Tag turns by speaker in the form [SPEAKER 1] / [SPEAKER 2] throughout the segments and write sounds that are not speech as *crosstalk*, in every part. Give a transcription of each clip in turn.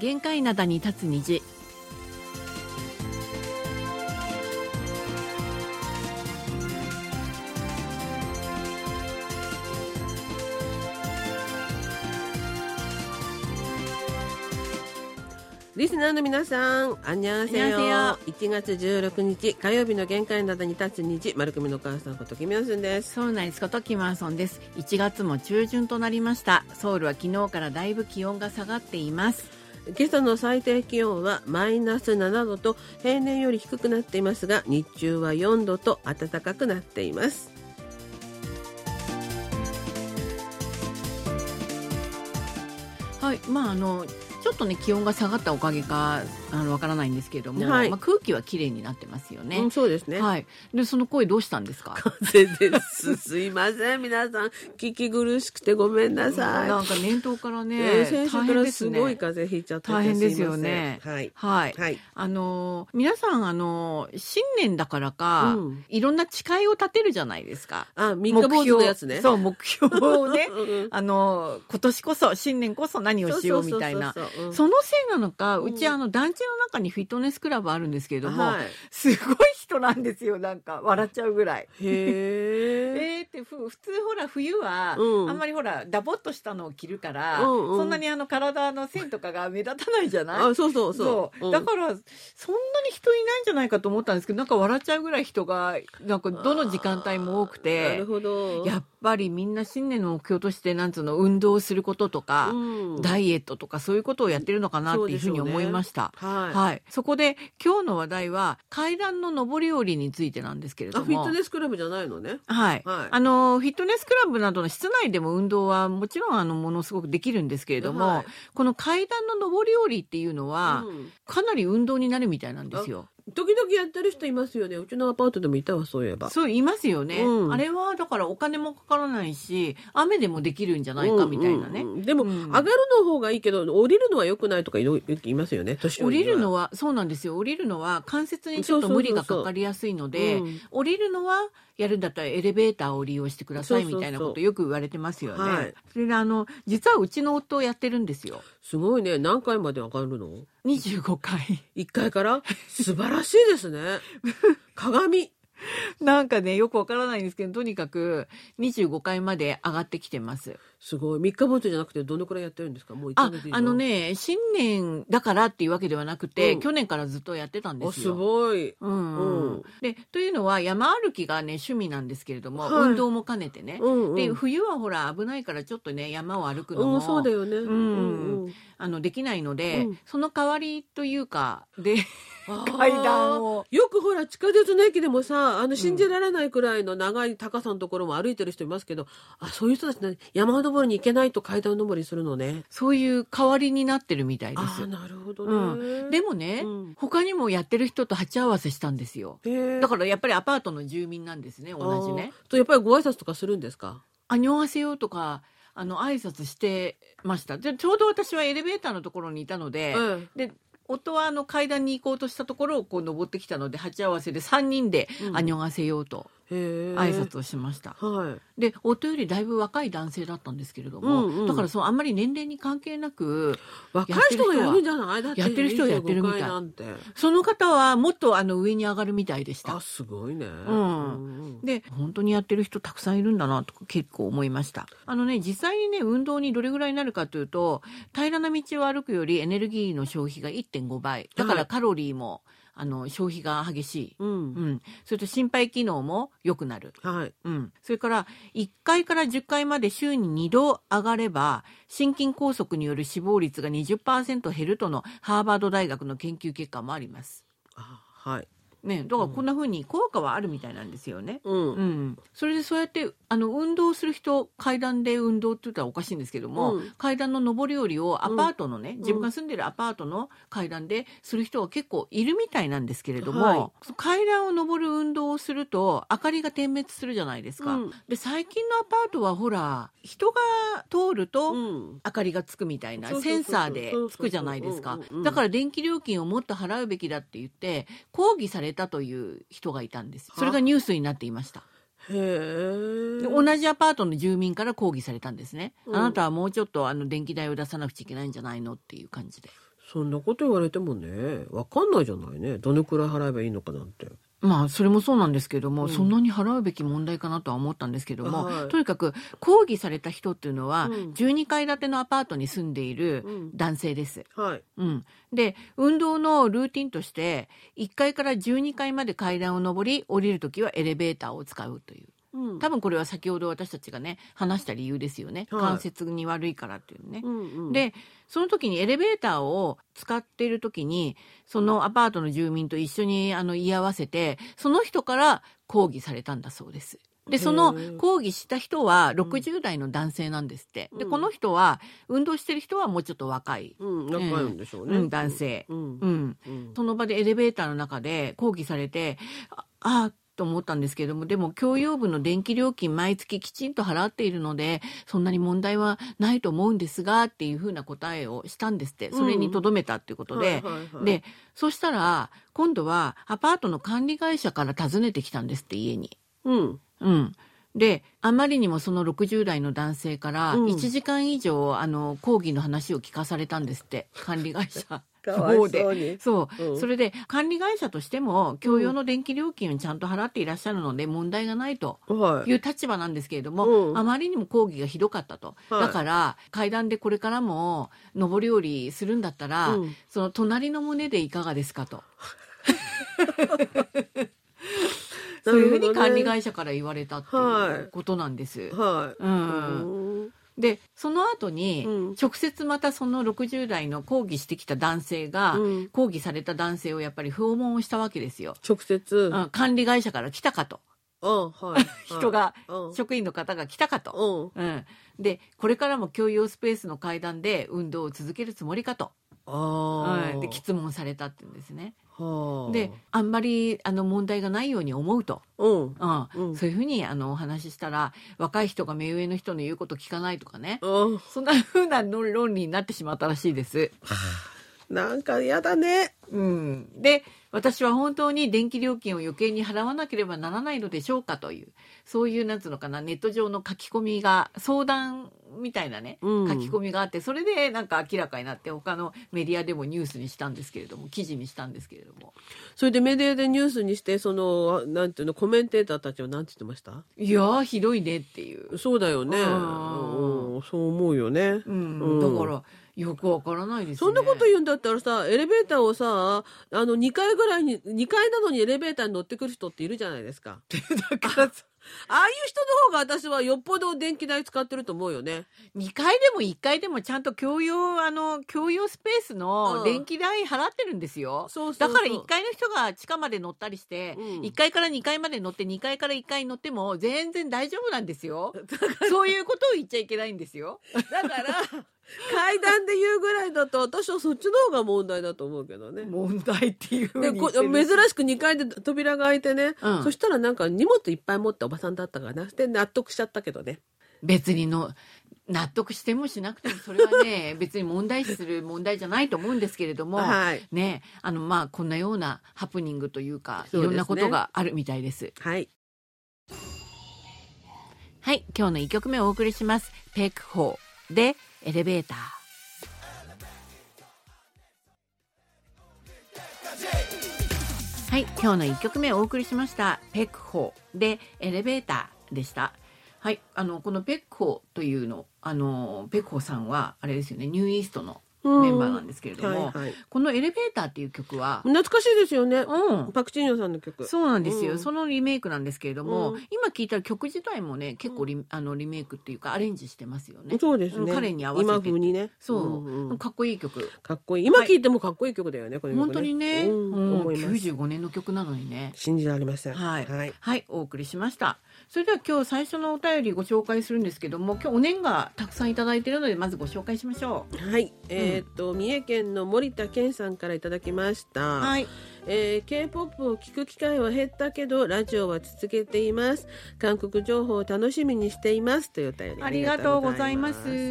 [SPEAKER 1] 限界灘に立つ虹
[SPEAKER 2] リスナーの皆さん、あんにゃんせよ。
[SPEAKER 1] こんにちは
[SPEAKER 2] 1月16日火曜日の限界などに立つ日、丸組のお母さんことキミョンスンです。
[SPEAKER 1] ソウルナリスことキマーソンです1月も中旬となりましたソウルは昨日からだいぶ気温が下がっています
[SPEAKER 2] 今朝の最低気温はマイナス7度と平年より低くなっていますが、日中は4度と暖かくなっています。
[SPEAKER 1] はいまああのちょっとね気温が下がったおかげかあのわからないんですけれども、
[SPEAKER 2] はい
[SPEAKER 1] まあ、空気は綺麗になってますよね、
[SPEAKER 2] うん、そうですね。
[SPEAKER 1] はいでその声どうしたんですか
[SPEAKER 2] 風邪です。すいません、皆さん。聞き苦しくてごめんなさい。
[SPEAKER 1] なんか年頭からね、
[SPEAKER 2] えー先週か
[SPEAKER 1] 大変
[SPEAKER 2] ら
[SPEAKER 1] ですね
[SPEAKER 2] ごい風邪ひいちゃってて
[SPEAKER 1] 大変ですよね
[SPEAKER 2] すいませんはい。
[SPEAKER 1] はい、
[SPEAKER 2] はい。
[SPEAKER 1] あのー皆さんあのー新年だからか、
[SPEAKER 2] うん
[SPEAKER 1] いろんな誓いを立てるじゃないですか。
[SPEAKER 2] あ、三日坊主のやつね。、
[SPEAKER 1] 目標そう目標を *laughs* ね
[SPEAKER 2] *laughs* うんうん
[SPEAKER 1] あのー今年こそ新年こそ何をしようみたいな。
[SPEAKER 2] そうそうそうそううん
[SPEAKER 1] そのせいなのか、うち
[SPEAKER 2] うん
[SPEAKER 1] あの団地の中にフィットネスクラブあるんですけれども、
[SPEAKER 2] はい
[SPEAKER 1] すごい人なんですよなんか笑っちゃうぐらい。
[SPEAKER 2] へえ。
[SPEAKER 1] *laughs* えーってふ普通ほら冬は、
[SPEAKER 2] うん
[SPEAKER 1] あんまりほらダボっとしたのを着るから、
[SPEAKER 2] うんうん
[SPEAKER 1] そんなにあの体の線とかが目立たないじゃない
[SPEAKER 2] あ、そうそうそう。うん
[SPEAKER 1] だからそんなに人いないんじゃないかと思ったんですけどなんか笑っちゃうぐらい人がなんかどの時間帯も多く
[SPEAKER 2] な
[SPEAKER 1] て
[SPEAKER 2] るほど。
[SPEAKER 1] やっぱりみんな新年の目標としてなんつうの運動をすることとか、
[SPEAKER 2] うん
[SPEAKER 1] ダイエットとかそういうことをやってるのかなっていうふうに思いました。
[SPEAKER 2] はい。
[SPEAKER 1] はい、そこで今日の話題は階段の上り下りについてなんですけれ
[SPEAKER 2] あ、
[SPEAKER 1] ども
[SPEAKER 2] フィットネスクラブじゃないのね。
[SPEAKER 1] はい。
[SPEAKER 2] はい
[SPEAKER 1] あの、フィットネスクラブなどの室内でも運動はもちろんあの、ものすごくできるんですけれども、
[SPEAKER 2] はい
[SPEAKER 1] この階段の上り下りっていうのは、
[SPEAKER 2] うん
[SPEAKER 1] かなり運動になるみたいなんですよ。
[SPEAKER 2] 時々やってる人いますよね。うちのアパートでもいたわ、そういえば。
[SPEAKER 1] そう、いますよね。
[SPEAKER 2] うん
[SPEAKER 1] あれは、だからお金もかからないし、雨でもできるんじゃないかみたいなね。
[SPEAKER 2] うんうんうんでも、
[SPEAKER 1] うん
[SPEAKER 2] 上がるの方がいいけど、降りるのは良くないとかいろいろ言いますよね、年寄
[SPEAKER 1] 降りるの
[SPEAKER 2] は。
[SPEAKER 1] は、そうなんですよ。降りるのは関節にちょっと
[SPEAKER 2] そ
[SPEAKER 1] 無
[SPEAKER 2] うそうそうそう
[SPEAKER 1] 理がかかりやすいので
[SPEAKER 2] うん、
[SPEAKER 1] 降りるのはやるんだったらエレベーターを利用してください
[SPEAKER 2] そうそう
[SPEAKER 1] み
[SPEAKER 2] そう
[SPEAKER 1] たいなことよく言われてますよね。
[SPEAKER 2] はい
[SPEAKER 1] それであの、実はうちの夫をやってるんですよ。
[SPEAKER 2] すごいね。何回まで上がるの
[SPEAKER 1] 25回。
[SPEAKER 2] ?1 回から素晴らしいですね。鏡。
[SPEAKER 1] *laughs* なんかね、よくわからないんですけど、とにかく25回まで上がってきてます。
[SPEAKER 2] すごい。三日坊主じゃなくて、どのくらいやってるんですかもう1ヶ
[SPEAKER 1] あ
[SPEAKER 2] 月以、上。
[SPEAKER 1] あのね、新年だからっていうわけではなくて、
[SPEAKER 2] うん
[SPEAKER 1] 去年からずっとやってたんで
[SPEAKER 2] あ、
[SPEAKER 1] す
[SPEAKER 2] す
[SPEAKER 1] よ。
[SPEAKER 2] ごい。
[SPEAKER 1] うんうん
[SPEAKER 2] うん
[SPEAKER 1] でというのは山歩きがね趣味なんですけれども、
[SPEAKER 2] はい
[SPEAKER 1] 運動も兼ねてね、
[SPEAKER 2] うんうん
[SPEAKER 1] で冬はほら危ないからちょっとね山を歩くの
[SPEAKER 2] う
[SPEAKER 1] も、
[SPEAKER 2] ん、そうだよね。うんんうん
[SPEAKER 1] あのできないので、
[SPEAKER 2] うん
[SPEAKER 1] その代わりというかで *laughs*
[SPEAKER 2] あー
[SPEAKER 1] 階段を
[SPEAKER 2] よくほら地下鉄の駅でもさあの信じられないくらいの長い高さのところも歩いてる人いますけど、あそういう人たち、ね、山登りに行けないと階段登りするのね。
[SPEAKER 1] そういう代わりになってるみたいで
[SPEAKER 2] あ
[SPEAKER 1] す
[SPEAKER 2] ー。なるほどね。
[SPEAKER 1] うん、でもね、
[SPEAKER 2] うん
[SPEAKER 1] 他にもやってる人と鉢合わせしたんですよ。
[SPEAKER 2] へー
[SPEAKER 1] だからやっぱりアパートの住民なんですね、同じね。
[SPEAKER 2] あーとやっぱりご挨拶とかするんですか
[SPEAKER 1] あにょはせよとか、あの、挨拶してました。で、ちょうど私はエレベーターのところにいたので、
[SPEAKER 2] え
[SPEAKER 1] で、夫はあの階段に行こうとしたところをこう登ってきたので、鉢合わせで3人で、
[SPEAKER 2] うん
[SPEAKER 1] あにょがせよと
[SPEAKER 2] へー
[SPEAKER 1] 挨拶をしました。
[SPEAKER 2] はい。
[SPEAKER 1] で、夫よりだいぶ若い男性だったんですけれども、
[SPEAKER 2] うんうん
[SPEAKER 1] だからそう、あんまり年齢に関係なく、
[SPEAKER 2] 若い人がやるんじゃないだって
[SPEAKER 1] やってる人はやってるみたい
[SPEAKER 2] 25階なんて
[SPEAKER 1] その方はもっとあの上に上がるみたいでした
[SPEAKER 2] あ。すごいね。うんん
[SPEAKER 1] で本当にやってる人たくさんいるんだなと結構思いましたあのね実際にね運動にどれぐらいになるかというと平らな道を歩くよりエネルギーの消費が1.5倍だか
[SPEAKER 2] は
[SPEAKER 1] ら
[SPEAKER 2] い
[SPEAKER 1] カロリーも、あの消費が激しい、
[SPEAKER 2] うん
[SPEAKER 1] う。ん、それと心肺機能も良くなる、
[SPEAKER 2] はい。
[SPEAKER 1] うん、それから1回から10回まで週に2度上がれば心筋梗塞による死亡率が20%減るとのハーバード大学の研究結果もあります。
[SPEAKER 2] あはい。
[SPEAKER 1] ね、だからこんな風に効果はあるみたいなんですよね。
[SPEAKER 2] うん
[SPEAKER 1] う。ん、それでそうやってあの運動する人階段で運動って言ったらおかしいんですけども、
[SPEAKER 2] うん
[SPEAKER 1] 階段の上り下りをアパートのね、自分が住んでるアパートの階段でする人は結構いるみたいなんですけれども、
[SPEAKER 2] はい
[SPEAKER 1] その階段を上る運動をすると明かりが点滅するじゃないですか。
[SPEAKER 2] うん
[SPEAKER 1] で最近のアパートはほら人が通ると、
[SPEAKER 2] うん
[SPEAKER 1] 明かりがつくみたいな
[SPEAKER 2] そうそうそう
[SPEAKER 1] セ
[SPEAKER 2] そう
[SPEAKER 1] ンサーでつくじゃないですか
[SPEAKER 2] そうそうそううんうんうん
[SPEAKER 1] だから電気料金をもっと払うべきだって言って抗議されたという人がいたんです
[SPEAKER 2] は
[SPEAKER 1] それがニュースになっていました
[SPEAKER 2] へえ
[SPEAKER 1] で。同じアパートの住民から抗議されたんですね、
[SPEAKER 2] うん
[SPEAKER 1] あなたはもうちょっとあの電気代を出さなくちゃいけないんじゃないのっていう感じで
[SPEAKER 2] そんなこと言われてもね、わかんないじゃないね。どのくらい払えばいいのかなんて。
[SPEAKER 1] まあそれもそうなんですけども、
[SPEAKER 2] うん
[SPEAKER 1] そんなに払うべき問題かなとは思ったんですけども、
[SPEAKER 2] はい
[SPEAKER 1] とにかく抗議された人っていうのは、
[SPEAKER 2] うん
[SPEAKER 1] 12階建てのアパートに住んでいる
[SPEAKER 2] うん
[SPEAKER 1] 男性です。
[SPEAKER 2] はい。
[SPEAKER 1] うん、で運動のルーティンとして1階から12階まで階段を上り降りるときはエレベーターを使うという
[SPEAKER 2] うん
[SPEAKER 1] 多分これは先ほど私たちがね話した理由ですよね、
[SPEAKER 2] はい
[SPEAKER 1] 関節に悪いからっていうね。
[SPEAKER 2] うんうん、
[SPEAKER 1] でその時にエレベーターを使っている時にそのアパートの住民と一緒にあの居合わせてその人から抗議されたんだそうです。でその
[SPEAKER 2] へえ
[SPEAKER 1] 抗議した人は60代の男性なんですって。で
[SPEAKER 2] うん
[SPEAKER 1] この人は運動してる人はもうちょっと若い、
[SPEAKER 2] うん、仲いいんでしょうね。
[SPEAKER 1] うん男性。
[SPEAKER 2] うん。
[SPEAKER 1] う
[SPEAKER 2] うん
[SPEAKER 1] ん、
[SPEAKER 2] うん
[SPEAKER 1] その場でエレベーターの中で抗議されてああーと思ったんですけどもでも共用部の電気料金毎月きちんと払っているのでそんなに問題はないと思うんですがっていうふうな答えをしたんですってそれにとどめたっていうことで、
[SPEAKER 2] はいはいはい、
[SPEAKER 1] でそしたら今度はアパートの管理会社から訪ねてきたんですって家に。
[SPEAKER 2] うん、
[SPEAKER 1] うんであまりにもその60代の男性から
[SPEAKER 2] うん
[SPEAKER 1] 1時間以上、あの抗議の話を聞かされたんですって管理会社
[SPEAKER 2] *laughs* かわい
[SPEAKER 1] で
[SPEAKER 2] そうに。
[SPEAKER 1] そう、
[SPEAKER 2] うん
[SPEAKER 1] それで管理会社としても共用の電気料金をちゃんと払っていらっしゃるので問題がないと
[SPEAKER 2] はい
[SPEAKER 1] い。う立場なんですけれども、
[SPEAKER 2] うん
[SPEAKER 1] あまりにも抗議がひどかったと、
[SPEAKER 2] はい
[SPEAKER 1] だから階段でこれからも上り下りするんだったら、
[SPEAKER 2] うん
[SPEAKER 1] その隣の胸でいかがですかと。そういうふうに管理会社から言われたっていうことなんです。
[SPEAKER 2] はい。
[SPEAKER 1] うん、でその後に、
[SPEAKER 2] うん
[SPEAKER 1] 直接またその60代の抗議してきた男性が、
[SPEAKER 2] うん
[SPEAKER 1] 抗議された男性をやっぱり訪問をしたわけですよ。
[SPEAKER 2] 直接。
[SPEAKER 1] うん管理会社から来たかと
[SPEAKER 2] うんはい。
[SPEAKER 1] *laughs* 人が、
[SPEAKER 2] はい。
[SPEAKER 1] 職員の方が来たかと、
[SPEAKER 2] うん。うん
[SPEAKER 1] うん、でこれからも共用スペースの階段で運動を続けるつもりかと、う
[SPEAKER 2] ああ。
[SPEAKER 1] ん、で質問されたって言うんですね。
[SPEAKER 2] はあ。
[SPEAKER 1] であんまりあの問題がないように思うと、
[SPEAKER 2] うん。
[SPEAKER 1] うん
[SPEAKER 2] うん
[SPEAKER 1] そういうふうにあのお話ししたら若い人が目上の人の言うこと聞かないとかね、
[SPEAKER 2] うん。
[SPEAKER 1] そんなふうな論理になってしまったらしいです。
[SPEAKER 2] なんかやだね。
[SPEAKER 1] うん、で私は本当に電気料金を余計に払わなければならないのでしょうかというそういうなんつうのかなネット上の書き込みが相談みたいなね、
[SPEAKER 2] うん
[SPEAKER 1] 書き込みがあってそれでなんか明らかになって他のメディアでもニュースにしたんですけれども記事にしたんですけれども
[SPEAKER 2] それでメディアでニュースにして、その、なんていうの、コメンテーターたちはなんて言ってました
[SPEAKER 1] いやーひどいねっていう、
[SPEAKER 2] そうだよね。う
[SPEAKER 1] うん
[SPEAKER 2] んそう思うよね。
[SPEAKER 1] うん
[SPEAKER 2] うん
[SPEAKER 1] だからよくわからないですね。
[SPEAKER 2] そんなこと言うんだったらさ、エレベーターをさ、あの、2階ぐらいに、2階なのにエレベーターに乗ってくる人っているじゃないですか。
[SPEAKER 1] だから
[SPEAKER 2] ああいう人の方が私はよっぽど電気代使ってると思うよね。
[SPEAKER 1] 2階でも1階でもちゃんと共用あの共用スペース
[SPEAKER 2] う
[SPEAKER 1] の
[SPEAKER 2] ん
[SPEAKER 1] 電気代払ってるんですよ。
[SPEAKER 2] そうそ
[SPEAKER 1] だ
[SPEAKER 2] うそう
[SPEAKER 1] から1階の人が地下まで乗ったりして、
[SPEAKER 2] うん
[SPEAKER 1] 1階から2階まで乗って2階から1階に乗っても全然大丈夫なんです
[SPEAKER 2] *laughs*
[SPEAKER 1] よ。そういうことを言っちゃいけないんですよ。
[SPEAKER 2] だから、階段で言うぐらいだと私はそっちの方が問題だと思うけどね。
[SPEAKER 1] 問題っていうふう
[SPEAKER 2] で
[SPEAKER 1] に
[SPEAKER 2] こ
[SPEAKER 1] して
[SPEAKER 2] 珍
[SPEAKER 1] る
[SPEAKER 2] しく2階で扉が開いてね、
[SPEAKER 1] うん
[SPEAKER 2] そしたらなんか荷物いっぱい持ったおばさんだったからなで納得しちゃったけどね
[SPEAKER 1] 別にの納得してもしなくてもそれは
[SPEAKER 2] *laughs*
[SPEAKER 1] ね別に問題視する問題じゃないと思うんですけれども、
[SPEAKER 2] はい
[SPEAKER 1] ねあのまあこんなようなハプニングというかい
[SPEAKER 2] そうですね
[SPEAKER 1] ろんなことがあるみたいです。
[SPEAKER 2] はい
[SPEAKER 1] はい、今日の一曲目をお送りします。ペクホーでエレベーター。はい、今日の一曲目をお送りしました。ペクホーでエレベーターでした。はい、あのこのペクホーというの、あのペクホーさんはあれですよね、ニューイーストのメンバーなんですけれども、
[SPEAKER 2] はいはい
[SPEAKER 1] このエレベーターっていう曲は、
[SPEAKER 2] 懐かしいですよね、
[SPEAKER 1] うん、
[SPEAKER 2] パクチーニョさんの曲
[SPEAKER 1] そうなんですよ、
[SPEAKER 2] うん
[SPEAKER 1] そのリメイクなんですけれども、
[SPEAKER 2] うん
[SPEAKER 1] 今聞いたら曲自体もね結構リ,、あのリメイクっていうかアレンジしてますよね
[SPEAKER 2] そうですね
[SPEAKER 1] 彼に合わせて
[SPEAKER 2] 今風にね
[SPEAKER 1] そう、
[SPEAKER 2] んうん
[SPEAKER 1] かっこいい曲
[SPEAKER 2] かっこいい今聴いてもかっこいい曲だよね、これ
[SPEAKER 1] 本当にね、
[SPEAKER 2] うん
[SPEAKER 1] うん
[SPEAKER 2] 思います
[SPEAKER 1] 95年の曲なのにね
[SPEAKER 2] 信じられません
[SPEAKER 1] はい、は
[SPEAKER 2] はいい、
[SPEAKER 1] お送りしましたそれでは今日最初のお便りご紹介するんですけども今日お年がたくさんいただいているのでまずご紹介しましょう
[SPEAKER 2] はいえーっと三重県の森田健さんからいただきました、
[SPEAKER 1] はい
[SPEAKER 2] えー K-POP を聞く機会は減ったけど、ラジオは続けています。韓国情報を楽しみにしています。というお便り
[SPEAKER 1] ありがとうございま
[SPEAKER 2] ありがとうござい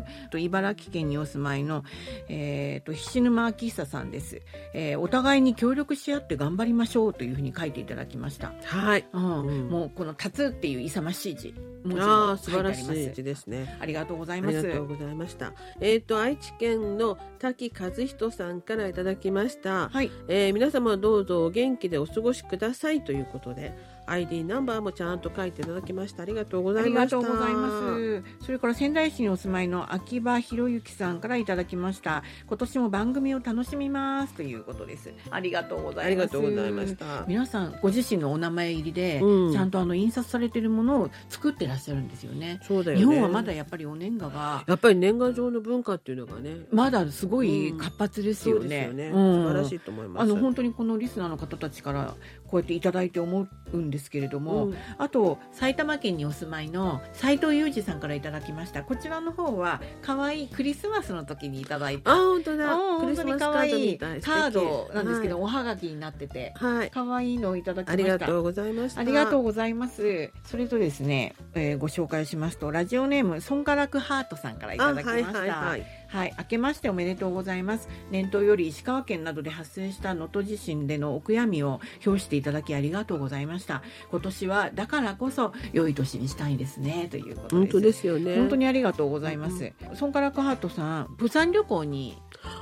[SPEAKER 2] ます
[SPEAKER 1] す。と茨城県にお住まいの、えー、と菱沼明久さんです、えーお互いに協力し合って頑張りましょうというふうに書いていただきました。
[SPEAKER 2] はい。
[SPEAKER 1] うん
[SPEAKER 2] うん
[SPEAKER 1] もうこの「立つ」っていう勇ましい字文字
[SPEAKER 2] ああ
[SPEAKER 1] も
[SPEAKER 2] ー、素
[SPEAKER 1] 書いて
[SPEAKER 2] 晴
[SPEAKER 1] あ
[SPEAKER 2] ら
[SPEAKER 1] り
[SPEAKER 2] し
[SPEAKER 1] ます
[SPEAKER 2] い字ですね。
[SPEAKER 1] ありがとうござ
[SPEAKER 2] あ
[SPEAKER 1] いま
[SPEAKER 2] りが
[SPEAKER 1] す
[SPEAKER 2] とうございました。えっ、と、愛知県の滝和人さんからいただきました。
[SPEAKER 1] はい
[SPEAKER 2] えー皆様どうぞお元気でお過ごしくださいということで ID ナンバーもちゃんと書いていただきましたありがとうご
[SPEAKER 1] あ
[SPEAKER 2] ざい
[SPEAKER 1] り
[SPEAKER 2] ま
[SPEAKER 1] が
[SPEAKER 2] した
[SPEAKER 1] とうございます。それから仙台市にお住まいの秋葉博之さんからいただきました。今年も番組を楽しみますということです。ありがとうござ
[SPEAKER 2] あ
[SPEAKER 1] い
[SPEAKER 2] り
[SPEAKER 1] ます。
[SPEAKER 2] がとうございました
[SPEAKER 1] 皆さんご自身のお名前入りで、
[SPEAKER 2] うん
[SPEAKER 1] ちゃんとあの印刷されてるものを作ってらっしゃるんですよね。
[SPEAKER 2] そうだよね
[SPEAKER 1] 日本はまだやっぱりお年賀が
[SPEAKER 2] やっぱり年賀状の文化っていうのがね
[SPEAKER 1] まだすごい活発です
[SPEAKER 2] そ
[SPEAKER 1] よ
[SPEAKER 2] うです
[SPEAKER 1] ね。
[SPEAKER 2] よね、
[SPEAKER 1] うん
[SPEAKER 2] 素晴らしいと思います
[SPEAKER 1] あの本当にこのリスナーの方たちからこうやっていただいて思うんですけれども、
[SPEAKER 2] うん
[SPEAKER 1] あと埼玉県にお住まいの斉藤裕二さんからいただきましたこちらの方は可愛いクリスマスの時にいただいた
[SPEAKER 2] あ本当だ
[SPEAKER 1] うん
[SPEAKER 2] クリ
[SPEAKER 1] 本
[SPEAKER 2] ス
[SPEAKER 1] 当
[SPEAKER 2] マ
[SPEAKER 1] に可
[SPEAKER 2] スカー
[SPEAKER 1] 愛
[SPEAKER 2] ドみ
[SPEAKER 1] いカ
[SPEAKER 2] たい
[SPEAKER 1] ードなんですけど、
[SPEAKER 2] は
[SPEAKER 1] おはがきになってて
[SPEAKER 2] い、はい
[SPEAKER 1] 可愛いのをいただきま
[SPEAKER 2] あ
[SPEAKER 1] し
[SPEAKER 2] り
[SPEAKER 1] た
[SPEAKER 2] がとうございました
[SPEAKER 1] ありがとう
[SPEAKER 2] う
[SPEAKER 1] ございます。それとですね、えーご紹介しますと、ラジオネーム、ソンガラクハートさんからいただきました。
[SPEAKER 2] はいはいはい
[SPEAKER 1] はい、明けましておめでとうございます。年頭より石川県などで発生した能登地震でのお悔やみを表していただきありがとうございました。今年はだからこそ良い年にしたいですねということです。
[SPEAKER 2] 本当ですよね
[SPEAKER 1] 本当にありがとうございます。ソンカラクハートさん、釜山旅行にい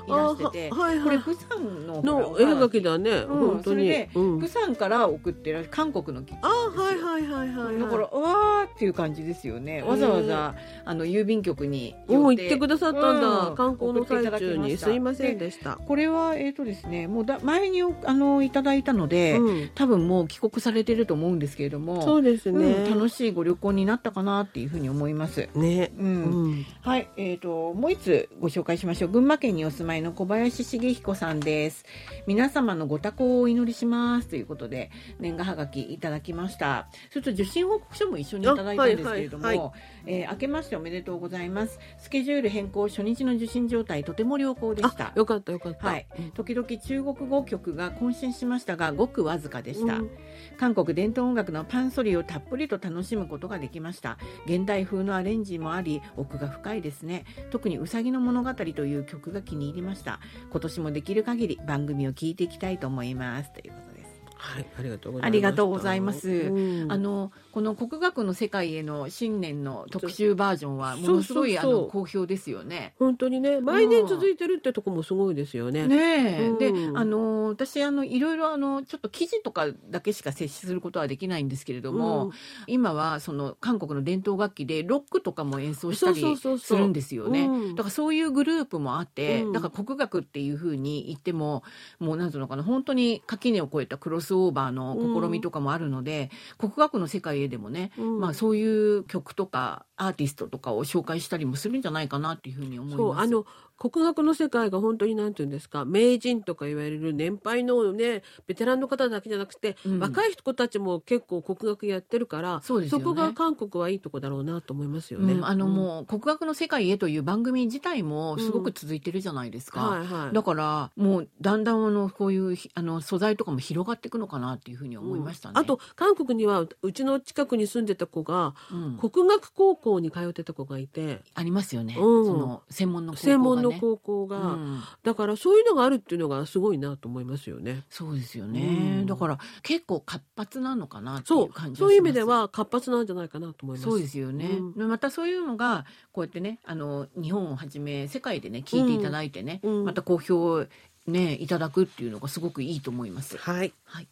[SPEAKER 1] らしてて、
[SPEAKER 2] あはいはい
[SPEAKER 1] これ釜山の
[SPEAKER 2] の
[SPEAKER 1] ほ
[SPEAKER 2] 絵
[SPEAKER 1] らおは
[SPEAKER 2] 描きだね、
[SPEAKER 1] うん
[SPEAKER 2] 本当に
[SPEAKER 1] それで
[SPEAKER 2] うん
[SPEAKER 1] 釜山から送ってらっ韓国の
[SPEAKER 2] あはいはいはいはい、はい、
[SPEAKER 1] だから、うわーっていう感じですよね。わざわざ、あの、郵便局に寄
[SPEAKER 2] もう行ってくださったんだ、
[SPEAKER 1] うん
[SPEAKER 2] 観光の最中にすいませんでした
[SPEAKER 1] これは、えっ、とですね、もうだ前におあのいただいたので、
[SPEAKER 2] うん、
[SPEAKER 1] 多分もう帰国されてると思うんですけれども、
[SPEAKER 2] そうですね、
[SPEAKER 1] うん楽しいご旅行になったかなっていうふうに思います。
[SPEAKER 2] ね、
[SPEAKER 1] う
[SPEAKER 2] うんん、
[SPEAKER 1] はい、えー、ともう一つご紹介しましょう群馬県にお住まいの小林茂彦さんです皆様のご多幸をお祈りしますということで年賀はがきいただきましたそれと受信報告書も一緒にいただいたんですけれども、
[SPEAKER 2] あはいはい
[SPEAKER 1] えー明けましておめでとうございますスケジュール変更初日の受信状態とても良好でした
[SPEAKER 2] あよかったよかった、
[SPEAKER 1] はい、時々中国語曲が渾身しましたがごくわずかでした、
[SPEAKER 2] うん
[SPEAKER 1] 韓国伝統音楽のパンソリーをたっぷりと楽しむことができました現代風のアレンジもあり奥が深いですね特に「うさぎの物語」という曲が気に入りました今年もできる限り番組を聞いていきたいと思いますということです
[SPEAKER 2] はい、ありがとうございました
[SPEAKER 1] ありがとうございます、
[SPEAKER 2] うん
[SPEAKER 1] あのこの国学の世界への新年の特集バージョンは
[SPEAKER 2] そう
[SPEAKER 1] ものすごい
[SPEAKER 2] そうそう
[SPEAKER 1] あの好評ですよね
[SPEAKER 2] 本当にね毎年続いてるってとこもすごいですよね
[SPEAKER 1] ねえ、
[SPEAKER 2] うん
[SPEAKER 1] であの私あのいろいろあのちょっと記事とかだけしか接しすることはできないんですけれども、
[SPEAKER 2] うん
[SPEAKER 1] 今はその韓国の伝統楽器でロックとかも演奏した
[SPEAKER 2] そう
[SPEAKER 1] り
[SPEAKER 2] そうそうそ
[SPEAKER 1] す
[SPEAKER 2] う
[SPEAKER 1] るんですよね
[SPEAKER 2] うん
[SPEAKER 1] だからそういうグループもあって、
[SPEAKER 2] うん
[SPEAKER 1] だから国楽っていうふうに言ってももうなんていうのかな本当に垣根を越えたクロスオーバーの試みとかもあるので、国楽の世界へでもね、
[SPEAKER 2] うん
[SPEAKER 1] まあ、そういう曲とかアーティストとかを紹介したりもするんじゃないかなっていうふうに思います。
[SPEAKER 2] そうあの国学の世界が本当になんていうんですか名人とか言われる年配のねベテランの方だけじゃなくて、
[SPEAKER 1] うん
[SPEAKER 2] 若い子たちも結構国学やってるから
[SPEAKER 1] そうですよね
[SPEAKER 2] こが韓国はいいとこだろうなと思いますよね。
[SPEAKER 1] うん、あのもう「国学の世界へ」という番組自体もすごく続いてるじゃないです
[SPEAKER 2] うん
[SPEAKER 1] か。
[SPEAKER 2] はいはい、
[SPEAKER 1] だからもうだんだんあのこういうひあの素材とかも広がっていくのかなっていうふうに思いましたね。
[SPEAKER 2] あと韓国にはうちの近くに住んでた子が
[SPEAKER 1] うん、
[SPEAKER 2] 国学高校に通ってた子がいて、
[SPEAKER 1] ありますよね。
[SPEAKER 2] うん
[SPEAKER 1] その専門の高校が、ね、
[SPEAKER 2] 専門の高校が、
[SPEAKER 1] うん
[SPEAKER 2] だからそういうのがあるっていうのがすごいなと思いますよね。
[SPEAKER 1] そうですよね、
[SPEAKER 2] うん
[SPEAKER 1] だから結構活発なのかなってい
[SPEAKER 2] そう
[SPEAKER 1] 感じ
[SPEAKER 2] う
[SPEAKER 1] がします
[SPEAKER 2] そういう意味では活発なんじゃないかなと思います。
[SPEAKER 1] そうですよね、
[SPEAKER 2] う
[SPEAKER 1] またそういうのがこうやってねあの日本をはじめ世界でね聞いていただいてね、
[SPEAKER 2] うんうん
[SPEAKER 1] また好評をねいただくっていうのがすごくいいと思います。
[SPEAKER 2] はい。
[SPEAKER 1] はい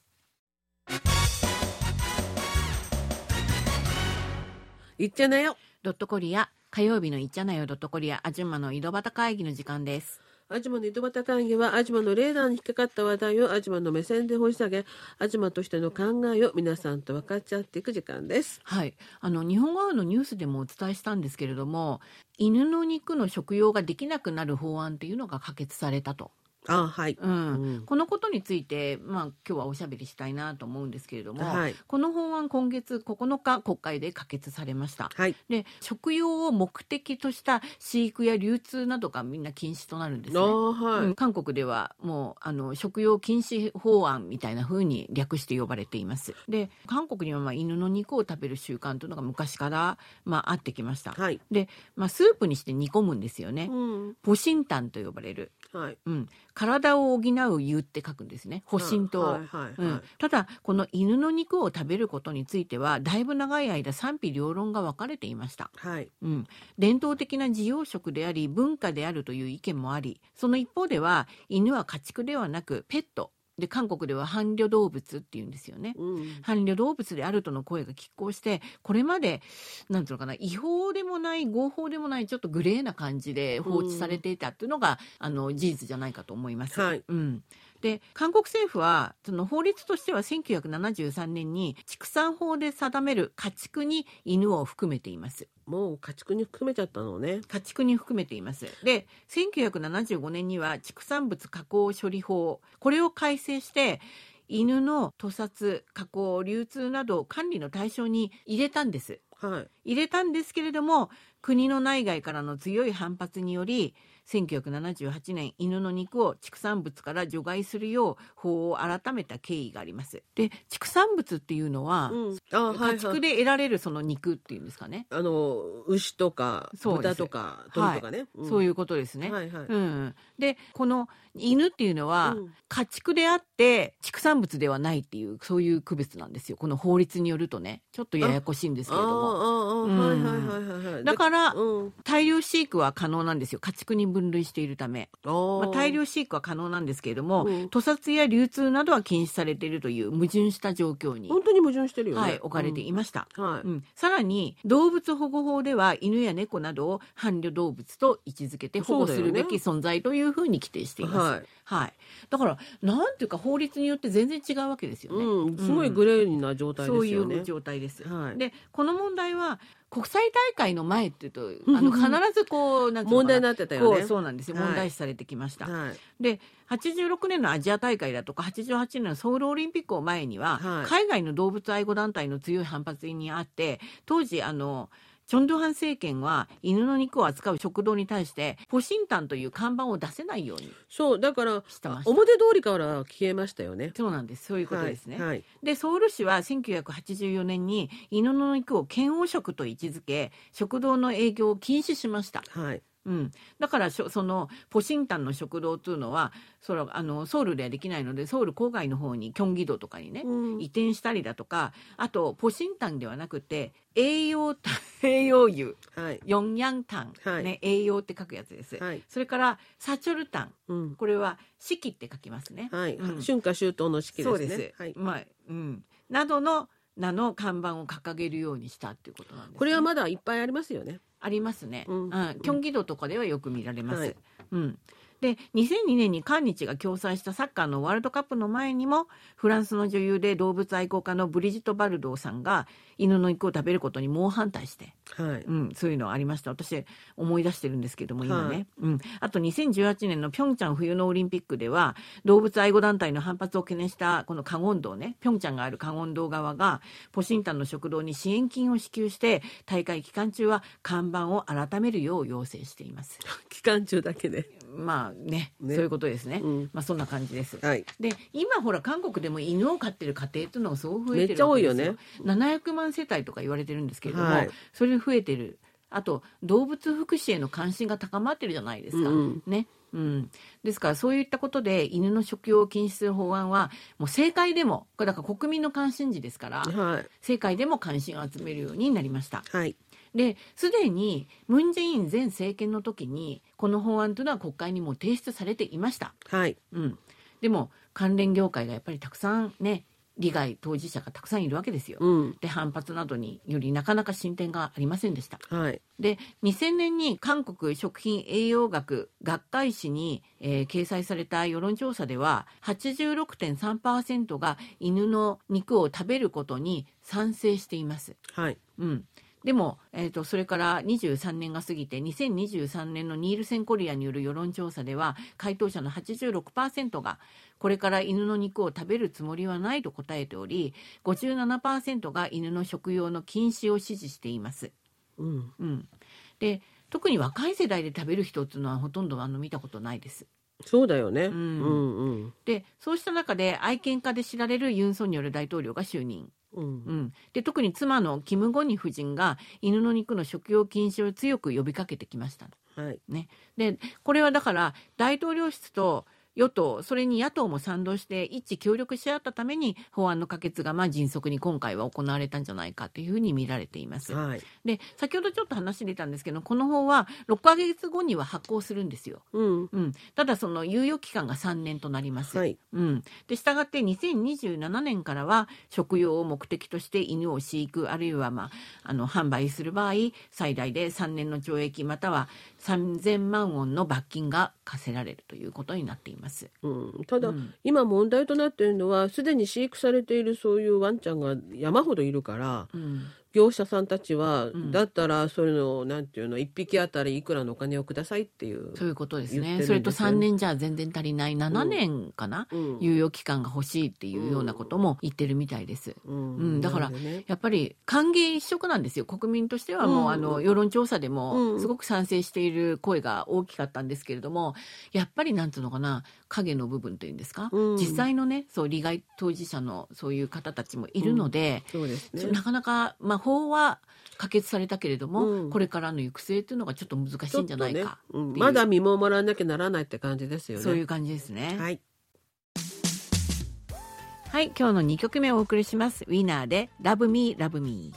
[SPEAKER 2] 言っちゃなよ。
[SPEAKER 1] ドットコリア火曜日のいっちゃなよドットコリアアジュンマの井戸端会議の時間です。
[SPEAKER 2] アジマの井戸端会議はアジマのレーダーに引っかかった話題をアジマの目線で掘り下げアジマとしての考えを皆さんと分かち合っていく時間です。
[SPEAKER 1] はい、あの日本側のニュースでもお伝えしたんですけれども犬の肉の食用ができなくなる法案というのが可決されたと
[SPEAKER 2] あはい。
[SPEAKER 1] う
[SPEAKER 2] うんん
[SPEAKER 1] このことについて、まあ、今日はおしゃべりしたいなと思うんですけれども、
[SPEAKER 2] はい。
[SPEAKER 1] この法案今月9日国会で可決されました。
[SPEAKER 2] はい。
[SPEAKER 1] で食用を目的とした飼育や流通などがみんな禁止となるんです
[SPEAKER 2] あ
[SPEAKER 1] ね。
[SPEAKER 2] あ、はい。
[SPEAKER 1] うん韓国ではもうあの食用禁止法案みたいな風に略して呼ばれていますで韓国にはまあ犬の肉を食べる習慣というのが昔からまああってきました、
[SPEAKER 2] はい。
[SPEAKER 1] で、まあ、スープにして煮込むんですよね、
[SPEAKER 2] うん。
[SPEAKER 1] ポシンタンと呼ばれる、
[SPEAKER 2] はい。
[SPEAKER 1] うん、体を補う湯って書くんですね保身糖、
[SPEAKER 2] はい。はい。
[SPEAKER 1] う
[SPEAKER 2] は
[SPEAKER 1] ん、ただこの犬の肉を食べることについてはだいぶ長い間賛否両論が分かれていました、
[SPEAKER 2] い。はい。
[SPEAKER 1] うん、伝統的な事業食であり文化であるという意見もありその一方では犬は家畜ではなくペットで韓国では伴侶動物っていうんですよね。
[SPEAKER 2] うん。
[SPEAKER 1] 伴侶動物であるとの声が拮抗してこれまでなんていうのかな違法でもない合法でもないちょっとグレーな感じで放置されていたっていうのが、あの事実じゃないかと思います。
[SPEAKER 2] はい
[SPEAKER 1] うん、で韓国政府はその法律としては1973年に畜産法で定める家畜に犬を含めています。
[SPEAKER 2] もう家畜に含めちゃったのね。
[SPEAKER 1] 家畜に含めていますで1975年には畜産物加工処理法これを改正して犬の屠殺加工流通などを管理の対象に入れたんです
[SPEAKER 2] はい。
[SPEAKER 1] 入れたんですけれども国の内外からの強い反発により1978年犬の肉を畜産物から除外するよう法を改めた経緯がありますで畜産物っていうのは、
[SPEAKER 2] うん。あ、はい。はい
[SPEAKER 1] 家畜で得られるその肉っていうんですかね、
[SPEAKER 2] あの牛とか
[SPEAKER 1] そうです
[SPEAKER 2] 豚とか鳥とかね、
[SPEAKER 1] そういううことですね、
[SPEAKER 2] はいはい、
[SPEAKER 1] うんうん、でこの犬っていうのは、
[SPEAKER 2] うん
[SPEAKER 1] 家畜であって畜産物ではないっていうそういう区別なんですよこの法律によるとねちょっとややこしいんです
[SPEAKER 2] あ
[SPEAKER 1] けれども
[SPEAKER 2] あああ
[SPEAKER 1] うん
[SPEAKER 2] はいはいはいはいはい
[SPEAKER 1] だから
[SPEAKER 2] うん
[SPEAKER 1] 大量飼育は可能なんですよ家畜に分類しているため、
[SPEAKER 2] あ
[SPEAKER 1] ま
[SPEAKER 2] ー
[SPEAKER 1] あ、大量飼育は可能なんですけれども、
[SPEAKER 2] うん
[SPEAKER 1] 屠殺や流通などは禁止されているという矛盾した状況に、
[SPEAKER 2] 本当に矛盾してるよね、
[SPEAKER 1] はい、置かれていました、
[SPEAKER 2] うんはい、
[SPEAKER 1] うん、さらに動物保護法では犬や猫などを伴侶動物と位置づけて保護するべき存在というふうに規定しています。
[SPEAKER 2] はい
[SPEAKER 1] はい、だからなんていうか法律によって全然違うわけですよね。
[SPEAKER 2] うん、すごいグレーな状態
[SPEAKER 1] そ
[SPEAKER 2] で
[SPEAKER 1] う
[SPEAKER 2] す
[SPEAKER 1] い
[SPEAKER 2] よね、
[SPEAKER 1] う状態です。
[SPEAKER 2] はい
[SPEAKER 1] でこの問題は国際大会の前っていうとあ
[SPEAKER 2] う
[SPEAKER 1] の
[SPEAKER 2] んうん
[SPEAKER 1] 必ずこうなんていうのか
[SPEAKER 2] 問題になってたよね
[SPEAKER 1] こうそうなんですよ
[SPEAKER 2] はい
[SPEAKER 1] 問題視されてきました。
[SPEAKER 2] はい、
[SPEAKER 1] で86年のアジア大会だとか88年のソウルオリンピックを前には、
[SPEAKER 2] はい
[SPEAKER 1] 海外の動物愛護団体の強い反発にあって当時あのチョンドゥハン政権は犬の肉を扱う食堂に対してポシンタンという看板を出せないように
[SPEAKER 2] そうだから
[SPEAKER 1] してました。
[SPEAKER 2] 表通りからは消えましたよね
[SPEAKER 1] そうなんですそういうことですね。
[SPEAKER 2] はいはい
[SPEAKER 1] でソウル市は1984年に犬の肉を嫌悪食と位置づけ食堂の営業を禁止しました、
[SPEAKER 2] はい
[SPEAKER 1] うん、だからしょそのポシンタンの食堂というのはそれはあのソウルではできないのでソウル郊外の方にキョンギ道とかにね、
[SPEAKER 2] うん
[SPEAKER 1] 移転したりだとかあとポシンタンではなくて栄養 *laughs* 栄養油
[SPEAKER 2] はい
[SPEAKER 1] ヨンヤンタン、
[SPEAKER 2] はい
[SPEAKER 1] ね、栄養って書くやつです、
[SPEAKER 2] はい
[SPEAKER 1] それからサチョルタン
[SPEAKER 2] うん
[SPEAKER 1] これは四季って書きますね、
[SPEAKER 2] はい、
[SPEAKER 1] うん
[SPEAKER 2] 春夏秋冬の式です
[SPEAKER 1] そ
[SPEAKER 2] ね
[SPEAKER 1] うです。
[SPEAKER 2] はい、
[SPEAKER 1] まあ、うん、などの名の看板を掲げるようにしたっていうことなんです、ね。
[SPEAKER 2] これはまだいっぱいありますよね
[SPEAKER 1] ありますね。う
[SPEAKER 2] うんん、
[SPEAKER 1] キョンギ道とかではよく見られます。
[SPEAKER 2] はい
[SPEAKER 1] うん。で、2002年に韓日が共催したサッカーのワールドカップの前にも、フランスの女優で動物愛好家のブリジット・バルドーさんが犬の肉を食べることに猛反対して、
[SPEAKER 2] はい
[SPEAKER 1] うん、そういうのありました。私、思い出してるんですけども、今ね。
[SPEAKER 2] はい
[SPEAKER 1] うん。あと、2018年のピョンチャン冬のオリンピックでは、動物愛護団体の反発を懸念した、このカゴン道ね、ピョンチャンがあるカゴン道側が、ポシンタンの食堂に支援金を支給して、大会期間中は看板を改めるよう要請してい
[SPEAKER 2] *laughs*
[SPEAKER 1] ます。
[SPEAKER 2] 期間中だけで、
[SPEAKER 1] まあね、
[SPEAKER 2] ね
[SPEAKER 1] そういうことですね。
[SPEAKER 2] うん
[SPEAKER 1] まあ、そんな感じです。
[SPEAKER 2] はい
[SPEAKER 1] で今ほら韓国でも犬を飼ってる家庭っていうのがすごく増えてる
[SPEAKER 2] めっちゃ多いよね
[SPEAKER 1] わけですよ700万世帯とか言われてるんですけれども、
[SPEAKER 2] はい
[SPEAKER 1] それで増えてるあと動物福祉への関心が高まってるじゃないですか、
[SPEAKER 2] うんうん
[SPEAKER 1] ねうん、ですからそういったことで犬の食用を禁止する法案はもう政界でもこれだから国民の関心事ですから
[SPEAKER 2] はい
[SPEAKER 1] 政界でも関心を集めるようになりました
[SPEAKER 2] はい
[SPEAKER 1] ですでにムン・ジェイン前政権の時にこの法案というのは国会にも提出されていました
[SPEAKER 2] はい
[SPEAKER 1] うん、でも関連業界がやっぱりたくさんね利害当事者がたくさんいるわけですよ。
[SPEAKER 2] うん
[SPEAKER 1] で反発などによりなかなか進展がありませんでした。
[SPEAKER 2] はい
[SPEAKER 1] で2000年に韓国食品栄養学学会誌に、えー掲載された世論調査では86.3%が犬の肉を食べることに賛成しています。
[SPEAKER 2] はい
[SPEAKER 1] うん、でも、えー、とそれから23年が過ぎて2023年のニールセンコリアによる世論調査では回答者の86%がこれから犬の肉を食べるつもりはないと答えており57%が犬の食用の禁止を支持しています。
[SPEAKER 2] うん。
[SPEAKER 1] うん、で特に若い世代で食べる人っていうのはほとんどあの見たことないです。
[SPEAKER 2] そうだよね。うんん
[SPEAKER 1] でそうした中で愛犬家で知られるユン・ソンニョル大統領が就任、
[SPEAKER 2] うん。うん
[SPEAKER 1] う。ん、で特に妻のキム・ゴニ夫人が犬の肉の食用禁止を強く呼びかけてきました
[SPEAKER 2] はい。
[SPEAKER 1] でこれはだから大統領室と与党それに野党も賛同して一致協力し合ったために法案の可決がまあ迅速に今回は行われたんじゃないかというふうに見られています。
[SPEAKER 2] はい。
[SPEAKER 1] で先ほどちょっと話出たんですけどこの法は6ヶ月後には発行するんですよ。
[SPEAKER 2] うん。
[SPEAKER 1] うん、ただその猶予期間が3年となります。
[SPEAKER 2] はい。
[SPEAKER 1] うん、で従って2027年からは食用を目的として犬を飼育あるいは、まあ、あの販売する場合最大で3年の懲役または3000万ウォンの罰金が課せられるということになっています。
[SPEAKER 2] うん。ただ、
[SPEAKER 1] うん
[SPEAKER 2] 今問題となっているのは、すでに飼育されているそういうワンちゃんが山ほどいるから、
[SPEAKER 1] うん
[SPEAKER 2] 業者さんたちは、
[SPEAKER 1] ん
[SPEAKER 2] だったら、それの、なんていうの、一匹あたりいくらのお金をくださいっていう。
[SPEAKER 1] そういうことです
[SPEAKER 2] 言っ
[SPEAKER 1] ね
[SPEAKER 2] てるんですよね
[SPEAKER 1] それと3年じゃ全然足りない7年かな、
[SPEAKER 2] うん
[SPEAKER 1] 猶予期間が欲しいっていうようなことも言ってるみたいです。
[SPEAKER 2] うん
[SPEAKER 1] うんだから
[SPEAKER 2] なるほどね
[SPEAKER 1] やっぱり歓迎一色なんですよ国民としてはもう、
[SPEAKER 2] うん
[SPEAKER 1] あの世論調査で
[SPEAKER 2] う
[SPEAKER 1] も
[SPEAKER 2] ん
[SPEAKER 1] すごく賛成している声が大きかったんですけれどもやっぱりなんつうのかな影の部分というんですか、
[SPEAKER 2] うん
[SPEAKER 1] 実際のねそう利害当事者のそういう方たちもいるので、
[SPEAKER 2] そうですね。
[SPEAKER 1] なかなか、まあ、法は可決されたけれども、
[SPEAKER 2] うん
[SPEAKER 1] これからの行く末というのがちょっと難しいんじゃない
[SPEAKER 2] ちょっ
[SPEAKER 1] か、
[SPEAKER 2] とねうん
[SPEAKER 1] っていう
[SPEAKER 2] まだ見守らなきゃならないって感じですよね。
[SPEAKER 1] そういう感じですね。はい、
[SPEAKER 2] はい。
[SPEAKER 1] 今日の2曲目をお送りします。ウィナーで Love Me Love Me。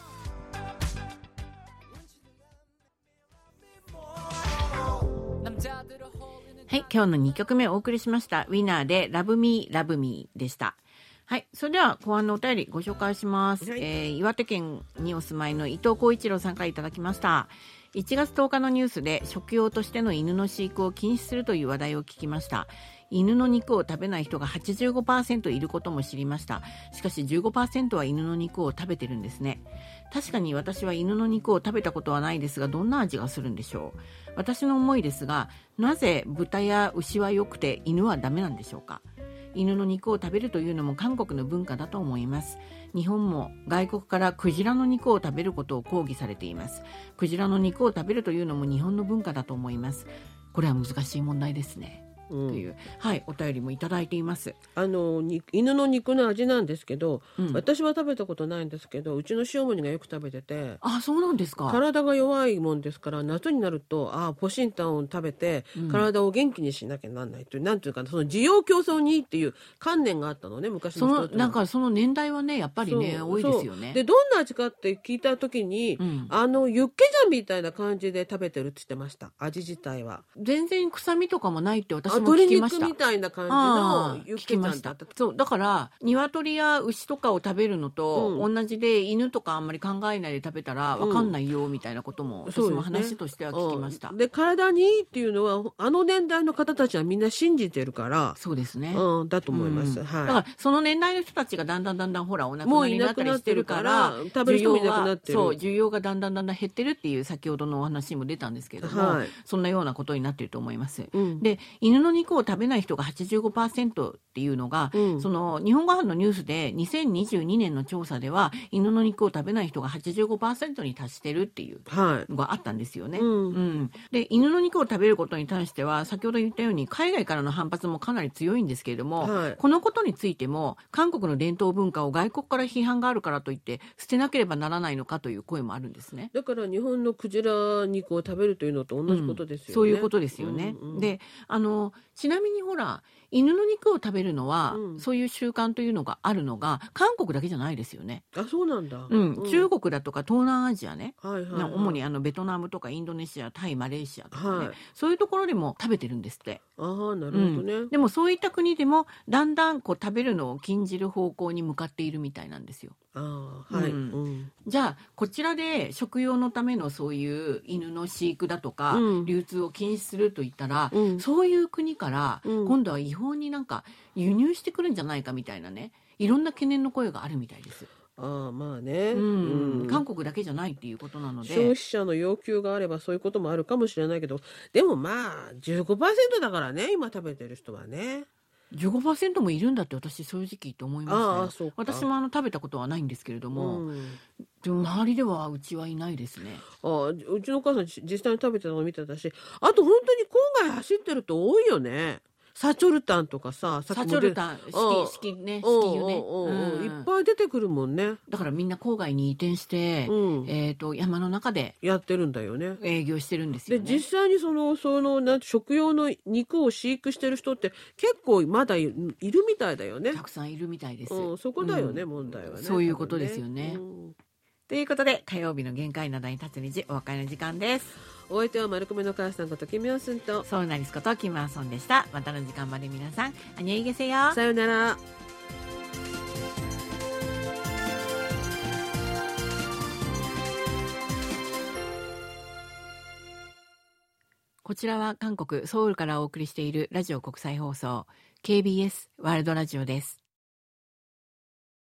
[SPEAKER 1] はい、今日の2曲目をお送りしました。ウィナーで Love Me Love Me でした。はい、それでは後半のお便りご紹介します。
[SPEAKER 2] はい
[SPEAKER 1] えー岩手県にお住まいの伊藤浩一郎さんからいただきました。1月10日のニュースで食用としての犬の飼育を禁止するという話題を聞きました。犬の肉を食べない人が85%いることも知りました。しかし15%は犬の肉を食べてるんですね。確かに私は犬の肉を食べたことはないですが、どんな味がするんでしょう。私の思いですが、なぜ豚や牛は良くて犬はダメなんでしょうか。犬の肉を食べるというのも韓国の文化だと思います日本も外国からクジラの肉を食べることを抗議されていますクジラの肉を食べるというのも日本の文化だと思いますこれは難しい問題ですね、
[SPEAKER 2] うん
[SPEAKER 1] というはいお便りもいただいています
[SPEAKER 2] あのに犬の肉の味なんですけど、
[SPEAKER 1] うん
[SPEAKER 2] 私は食べたことないんですけどうちの塩もにがよく食べてて
[SPEAKER 1] あそうなんですか
[SPEAKER 2] 体が弱いもんですから夏になるとああポシンタンを食べて
[SPEAKER 1] うん
[SPEAKER 2] 体を元気にしなきゃなんないという、なんていうかなその需要競争にっていう観念があったのね昔
[SPEAKER 1] そ
[SPEAKER 2] の人
[SPEAKER 1] の
[SPEAKER 2] っていう
[SPEAKER 1] な
[SPEAKER 2] は
[SPEAKER 1] んかその年代はねやっぱりね
[SPEAKER 2] そう
[SPEAKER 1] 多いですよね
[SPEAKER 2] そうでどんな味かって聞いた時に、
[SPEAKER 1] うん
[SPEAKER 2] あのユッケジャンみたいな感じで食べてるって言ってました味自体は。
[SPEAKER 1] 全然臭みとかもないって私も
[SPEAKER 2] 鶏
[SPEAKER 1] 聞きまし
[SPEAKER 2] 肉
[SPEAKER 1] た
[SPEAKER 2] みたいな感じ
[SPEAKER 1] あ
[SPEAKER 2] の
[SPEAKER 1] あ
[SPEAKER 2] ユッ
[SPEAKER 1] 聞
[SPEAKER 2] ケ
[SPEAKER 1] き
[SPEAKER 2] ジャ
[SPEAKER 1] ま
[SPEAKER 2] ン
[SPEAKER 1] し
[SPEAKER 2] だ
[SPEAKER 1] た
[SPEAKER 2] ったと
[SPEAKER 1] そうだから鶏や牛とかを食べるのと
[SPEAKER 2] う
[SPEAKER 1] 同じで、犬とかあんまり考えないで食べたら
[SPEAKER 2] うん
[SPEAKER 1] わかんないよみたいなことも、私
[SPEAKER 2] そうですね
[SPEAKER 1] も話としては聞きました、
[SPEAKER 2] うんで体にいいっていうのはあの年代の方たちはみんな信じてるから、
[SPEAKER 1] そうですね、
[SPEAKER 2] うん、だと思います。
[SPEAKER 1] うんだか
[SPEAKER 2] は
[SPEAKER 1] らその年代の人たちがだんだんだんだんほらお亡く
[SPEAKER 2] も
[SPEAKER 1] な
[SPEAKER 2] う
[SPEAKER 1] り
[SPEAKER 2] い
[SPEAKER 1] にな
[SPEAKER 2] な
[SPEAKER 1] った
[SPEAKER 2] く
[SPEAKER 1] り
[SPEAKER 2] なっ
[SPEAKER 1] して
[SPEAKER 2] て
[SPEAKER 1] る
[SPEAKER 2] る
[SPEAKER 1] か
[SPEAKER 2] からら食べる人もいなくなってる
[SPEAKER 1] 需要はそう需要がだんだんだんだん減ってるっていう先ほどのお話にも出たんですけれども、
[SPEAKER 2] はい
[SPEAKER 1] そんなようなことになってると思います。
[SPEAKER 2] い。うん、
[SPEAKER 1] で犬の肉を食べない人が85%っていうのが、
[SPEAKER 2] うん
[SPEAKER 1] その日本語版のニュースで2022年の調査では犬の肉を食べない人が85%に達してるっていう
[SPEAKER 2] は
[SPEAKER 1] のがあったんですよね。
[SPEAKER 2] うん
[SPEAKER 1] で犬の肉を食べることに対しては先ほど言ったように海外からの反発もかなり強いんですけれども、
[SPEAKER 2] はい
[SPEAKER 1] このことについても韓国の伝統文化を外国から批判があるからといって捨てなければならないのかという声もあるんですね。
[SPEAKER 2] い。だから日本のクジラ肉を食べるというのと同じことですよね。
[SPEAKER 1] そういうことですよね。
[SPEAKER 2] うんうん
[SPEAKER 1] であのちなみにほら犬の肉を食べるのは、
[SPEAKER 2] うん
[SPEAKER 1] そういう習慣というのがあるのが韓国だけじゃないですよね。
[SPEAKER 2] あ、そうなんだ。
[SPEAKER 1] うん中国だとか東南アジアね、
[SPEAKER 2] はいはい、はい。
[SPEAKER 1] 主にあのベトナムとかインドネシアタイマレーシアとかね、
[SPEAKER 2] はい
[SPEAKER 1] そういうところでも食べてるんですって。
[SPEAKER 2] ああ、なるほどね。
[SPEAKER 1] うんでもそういった国でもだんだんこう食べるのを禁じる方向に向かっているみたいなんですよ。
[SPEAKER 2] ああ、はい。
[SPEAKER 1] う
[SPEAKER 2] うんん。
[SPEAKER 1] じゃあこちらで食用のためのそういう犬の飼育だとか、
[SPEAKER 2] うん
[SPEAKER 1] 流通を禁止するといったら、
[SPEAKER 2] うん
[SPEAKER 1] そういう国から
[SPEAKER 2] うん
[SPEAKER 1] 今度は違法になんか輸入してくるんじゃないかみたいなねいろんな懸念の声があるみたいです。
[SPEAKER 2] あああまあね、
[SPEAKER 1] うん
[SPEAKER 2] うん
[SPEAKER 1] 韓国だけじゃないっていうことなの
[SPEAKER 2] 消
[SPEAKER 1] で
[SPEAKER 2] 費者の要求があればそういうこともあるかもしれないけどでもまあ15%だからね今食べてる人はね
[SPEAKER 1] 15%もいるんだって私正直と思い
[SPEAKER 2] あ
[SPEAKER 1] ま
[SPEAKER 2] あ
[SPEAKER 1] すね
[SPEAKER 2] そうか
[SPEAKER 1] 私もあの食べたことはないんですけれども、
[SPEAKER 2] うん
[SPEAKER 1] でも周りではうちはいないですね
[SPEAKER 2] ああじうちのお母さんじ実際に食べてたの見てたしあと本当に郊外走ってると多いよねサチョルタンとかささっ
[SPEAKER 1] サ
[SPEAKER 2] き
[SPEAKER 1] チ
[SPEAKER 2] も
[SPEAKER 1] ョ
[SPEAKER 2] 出
[SPEAKER 1] ルタン
[SPEAKER 2] あ
[SPEAKER 1] 好
[SPEAKER 2] あ
[SPEAKER 1] き好きね
[SPEAKER 2] うん
[SPEAKER 1] 好きよね
[SPEAKER 2] うんうんうん
[SPEAKER 1] うん
[SPEAKER 2] いっぱい出てくるもんね、
[SPEAKER 1] だからみんな郊外に移転して、
[SPEAKER 2] うん、
[SPEAKER 1] えー、と山の中で
[SPEAKER 2] やってるんだよね
[SPEAKER 1] 営業してるんですよ
[SPEAKER 2] で
[SPEAKER 1] ね。
[SPEAKER 2] 実際にそのそのなんて食用の肉を飼育してる人って結構まだいいるみたいだよね
[SPEAKER 1] たくさんいるみたいです。
[SPEAKER 2] うん、そこだよね、
[SPEAKER 1] うん
[SPEAKER 2] 問題はね。
[SPEAKER 1] そういうことですよね
[SPEAKER 2] 多分うん
[SPEAKER 1] ということで火曜日の限界などに立つ虹お別れの時間です。
[SPEAKER 2] お相手は丸亀の母さんことキミヨンスンと、
[SPEAKER 1] ソウルナリスことキムアソンでした。またの時間まで皆さん、あにゃいげせよ。
[SPEAKER 2] さよなら。
[SPEAKER 1] こちらは韓国ソウルからお送りしているラジオ国際放送 KBS ワールドラジオです。